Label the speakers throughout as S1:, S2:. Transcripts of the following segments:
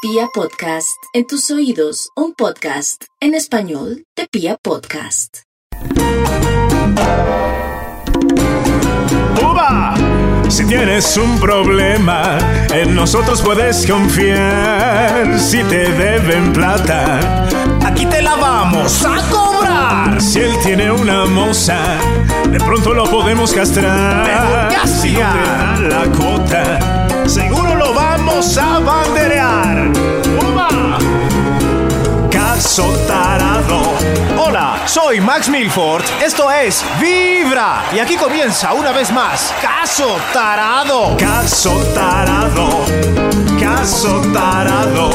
S1: Pia Podcast, en tus oídos, un podcast en español de Pia Podcast.
S2: ¡Uva! Si tienes un problema, en nosotros puedes confiar. Si te deben plata,
S3: Aquí te la vamos a cobrar.
S2: si él tiene una moza, de pronto lo podemos
S3: Mejor
S2: castrar.
S3: que
S2: Si no te da
S3: hacía.
S2: la cuota,
S3: Seguro lo vamos a banderear. ¡Uva!
S2: caso tarado.
S3: Hola, soy Max Milford. Esto es Vibra. Y aquí comienza una vez más. Caso tarado.
S2: Caso tarado, caso tarado,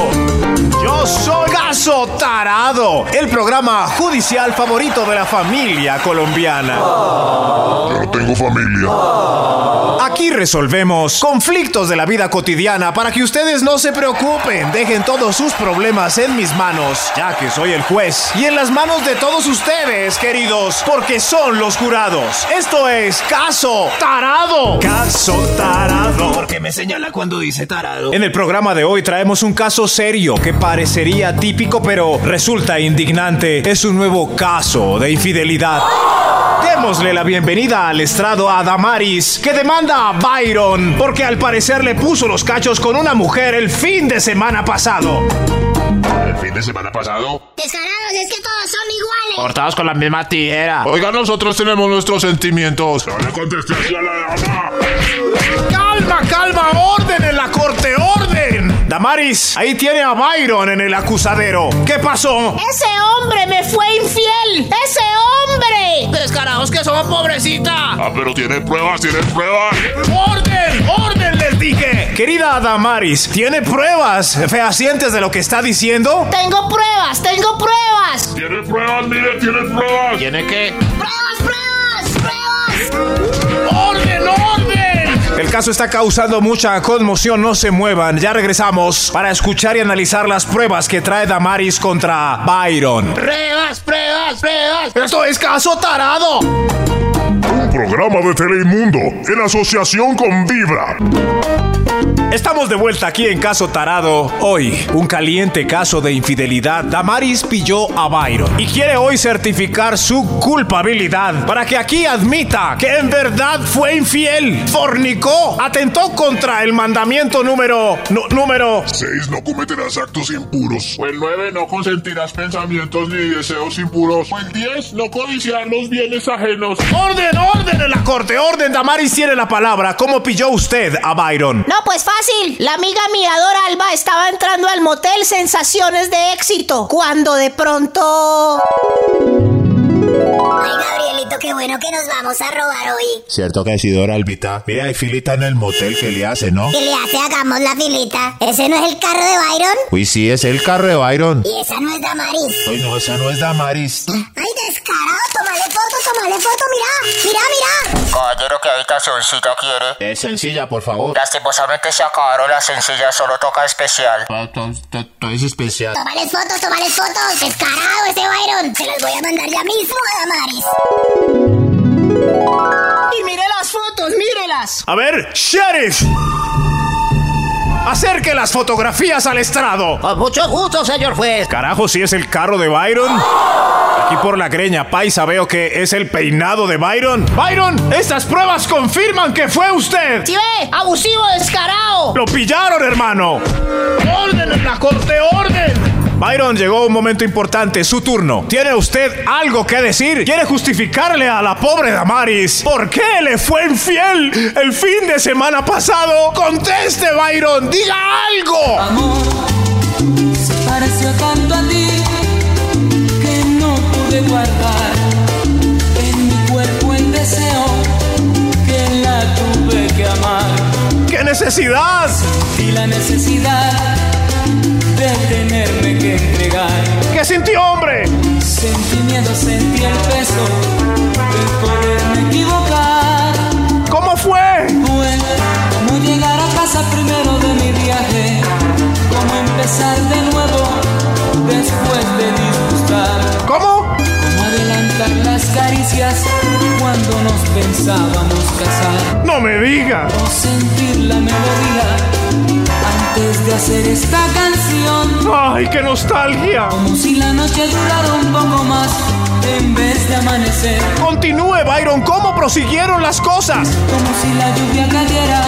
S3: Yo soy Caso Tarado, el programa judicial favorito de la familia colombiana.
S4: Yo no tengo familia.
S3: Aquí resolvemos conflictos de la vida cotidiana para que ustedes no se preocupen, dejen todos sus problemas en mis manos, ya que soy el juez, y en las manos de todos ustedes, queridos, porque son los jurados. Esto es Caso Tarado.
S2: caso tarado.
S5: Porque me señala cuando dice tarado.
S3: En el programa de hoy traemos un caso serio que parecería típico pero resulta indignante. Es un nuevo caso de infidelidad. Démosle la bienvenida al estrado a Damaris, que demanda a Byron porque al parecer le puso los cachos con una mujer el fin de semana pasado.
S4: El fin de semana pasado.
S6: Descarados, es que todos son iguales.
S7: Cortados con la misma tijera.
S4: Oiga, nosotros tenemos nuestros sentimientos. No le contestes a la dama.
S3: ¡Calma, calma! ¡Orden en la corte, orden! Damaris, ahí tiene a Byron en el acusadero. ¿Qué pasó?
S6: Ese hombre me fue infiel. Ese hombre.
S7: Descarados que somos, pobrecita.
S4: Ah, pero tiene pruebas, tiene pruebas.
S3: ¡Orden! ¡Orden les dije! Querida Damaris, ¿tiene pruebas fehacientes de lo que está diciendo?
S6: Tengo pruebas, tengo pruebas.
S4: Tiene pruebas, mire, tiene pruebas.
S7: Tiene que.
S6: Pruebas, pruebas, pruebas.
S3: ¡Orden, orden! El caso está causando mucha conmoción, no se muevan. Ya regresamos para escuchar y analizar las pruebas que trae Damaris contra Byron.
S7: Pruebas, pruebas, pruebas.
S3: ¡Esto es caso tarado!
S4: Un programa de Teleinmundo en asociación con Vibra.
S3: Estamos de vuelta aquí en Caso Tarado. Hoy, un caliente caso de infidelidad. Damaris pilló a Byron y quiere hoy certificar su culpabilidad para que aquí admita que en verdad fue infiel, fornicó, atentó contra el mandamiento número. nu- número.
S4: 6. No cometerás actos impuros. O el 9. No consentirás pensamientos ni deseos impuros. O el 10. No codiciar los bienes ajenos.
S3: ¡Orden, orden en la corte! ¡Orden! Damaris tiene la palabra. ¿Cómo pilló usted a Byron?
S6: No, pues fácil. La amiga Mirador Alba estaba entrando al motel Sensaciones de Éxito. Cuando de pronto.
S8: Ay, Gabrielito, qué bueno que nos vamos a robar hoy.
S5: Cierto que Isidora Albita. Mira, hay filita en el motel que le hace, ¿no?
S8: ¿Qué le hace? Hagamos la filita. ¿Ese no es el carro de Byron?
S5: Uy, sí, es el carro de Byron.
S8: Y esa no es Damaris.
S5: Uy, no, esa no es Damaris.
S8: Ay, descarado, tomale foto, tomale foto, mirá, mirá, mirá.
S9: Caballero, ¿qué habitacióncita quiere?
S5: Es sencilla, por favor.
S9: Lastimosamente se acabaron las sencillas, solo toca especial.
S5: Es especial.
S8: Tomales fotos, tomales fotos. Descarado ese Byron. Se los voy a mandar ya mismo a Damaris.
S6: Y mire las fotos, mírelas.
S3: A ver, sheriff. Acerque las fotografías al estrado.
S7: Con mucho gusto, señor juez.
S3: Carajo, si es el carro de Byron. Aquí por la greña paisa veo que es el peinado de Byron. Byron, estas pruebas confirman que fue usted.
S6: ¿Sí ve? Abusivo, descarado.
S3: Lo pillaron, hermano. Orden en la corte, orden. Byron llegó un momento importante, su turno. ¿Tiene usted algo que decir? ¿Quiere justificarle a la pobre Damaris por qué le fue infiel el fin de semana pasado? Conteste, Byron, diga algo.
S10: amor se pareció tanto a ti que no pude guardar en mi cuerpo el deseo que la tuve que amar
S3: ¡Qué necesidad!
S10: y la necesidad de tenerme que entregar.
S3: ¿Qué sintió, hombre?
S10: Sentí miedo, sentí el peso de poderme equivocar.
S3: ¿Cómo fue?
S10: Duele cómo llegar a casa primero de mi viaje, cómo empezar de nuevo después de disgustar,
S3: ¿Cómo?
S10: cómo adelantar las caricias cuando nos pensábamos casar,
S3: No me diga.
S10: o sentir la melodía antes de hacer esta canción.
S3: ¡Ay, qué nostalgia!
S10: Como si la noche durara un poco más en vez de amanecer.
S3: Continúe, Byron, ¿cómo prosiguieron las cosas?
S10: Como si la lluvia cayera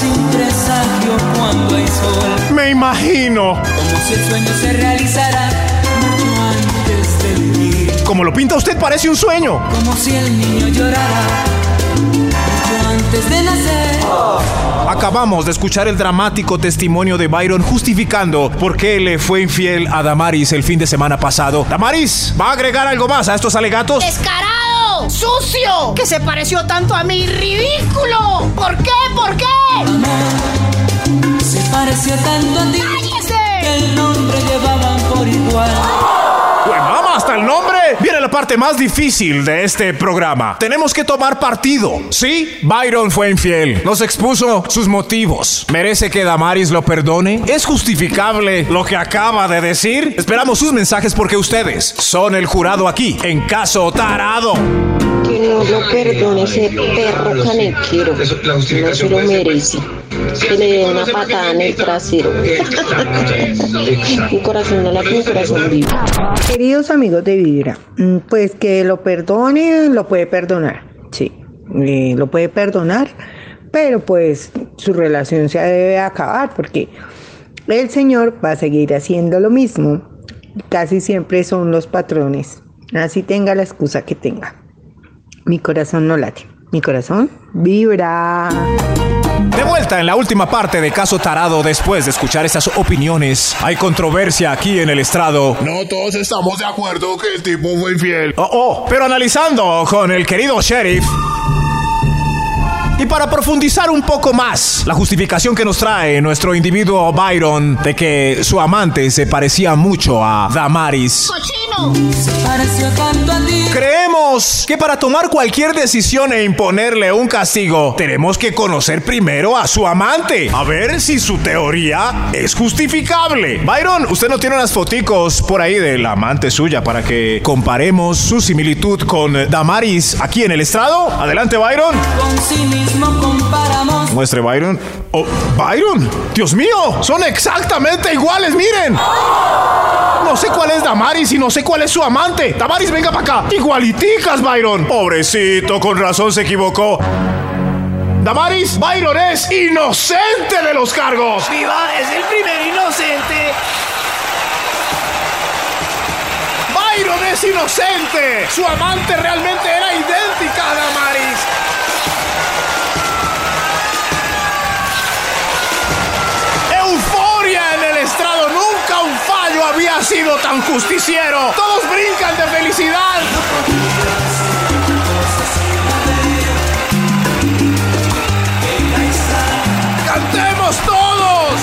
S10: sin presagio cuando hay sol.
S3: Me imagino.
S10: Como si el sueño se realizara mucho antes de vivir.
S3: Como lo pinta usted, parece un sueño.
S10: Como si el niño llorara mucho antes de nacer.
S3: Acabamos de escuchar el dramático testimonio de Byron justificando por qué le fue infiel a Damaris el fin de semana pasado. Damaris, ¿va a agregar algo más a estos alegatos?
S6: ¡Descarado! ¡Sucio! ¡Que se pareció tanto a mí! ¡Ridículo! ¿Por qué? ¿Por qué?
S10: Amor, se pareció tanto a ti
S6: ¡Cállese!
S10: que el nombre llevaban por igual.
S3: Pues vamos, hasta el nombre. Viene la parte más difícil de este programa. Tenemos que tomar partido. Sí, Byron fue infiel. Nos expuso sus motivos. ¿Merece que Damaris lo perdone? ¿Es justificable lo que acaba de decir? Esperamos sus mensajes porque ustedes son el jurado aquí, en caso tarado.
S11: Que no lo perdone ese perro canequero. No se lo merece. Que le dé una patada en el trasero. un corazón no la un corazón vivo.
S12: Queridos amigos de Vibra, mm, pues que lo perdone, lo puede perdonar, sí, eh, lo puede perdonar, pero pues su relación se debe acabar porque el Señor va a seguir haciendo lo mismo. Casi siempre son los patrones, así tenga la excusa que tenga. Mi corazón no late, mi corazón vibra.
S3: De vuelta en la última parte de Caso Tarado, después de escuchar estas opiniones, hay controversia aquí en el estrado.
S4: No todos estamos de acuerdo que el tipo fue infiel.
S3: Oh, oh, pero analizando con el querido sheriff. Y para profundizar un poco más, la justificación que nos trae nuestro individuo Byron de que su amante se parecía mucho a Damaris.
S6: ¡Cochino!
S10: Se pareció tanto a ti.
S3: Creemos que para tomar cualquier decisión e imponerle un castigo, tenemos que conocer primero a su amante. A ver si su teoría es justificable. Byron, usted no tiene unas foticos por ahí del amante suya para que comparemos su similitud con Damaris aquí en el estrado. Adelante, Byron.
S10: Con sí mismo comparamos.
S3: Muestre, Byron. Oh, Byron. Dios mío, son exactamente iguales, miren. No sé cuál es Damaris y no sé cuál es su amante. Damaris, venga para acá. Igualiticas, Byron. Pobrecito, con razón se equivocó. Damaris, Byron es inocente de los cargos.
S7: ¡Viva! ¡Es el primer inocente!
S3: Byron es inocente. Su amante realmente era idéntica a Damaris. Euforia en el estrado. Nunca un fallo había sido tan justiciero. Todos brincan de felicidad. ¡Cantemos todos!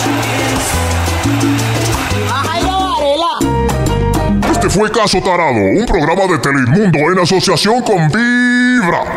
S6: ¡Bájalo, Varela!
S4: Este fue Caso Tarado, un programa de Telemundo en asociación con Vibra.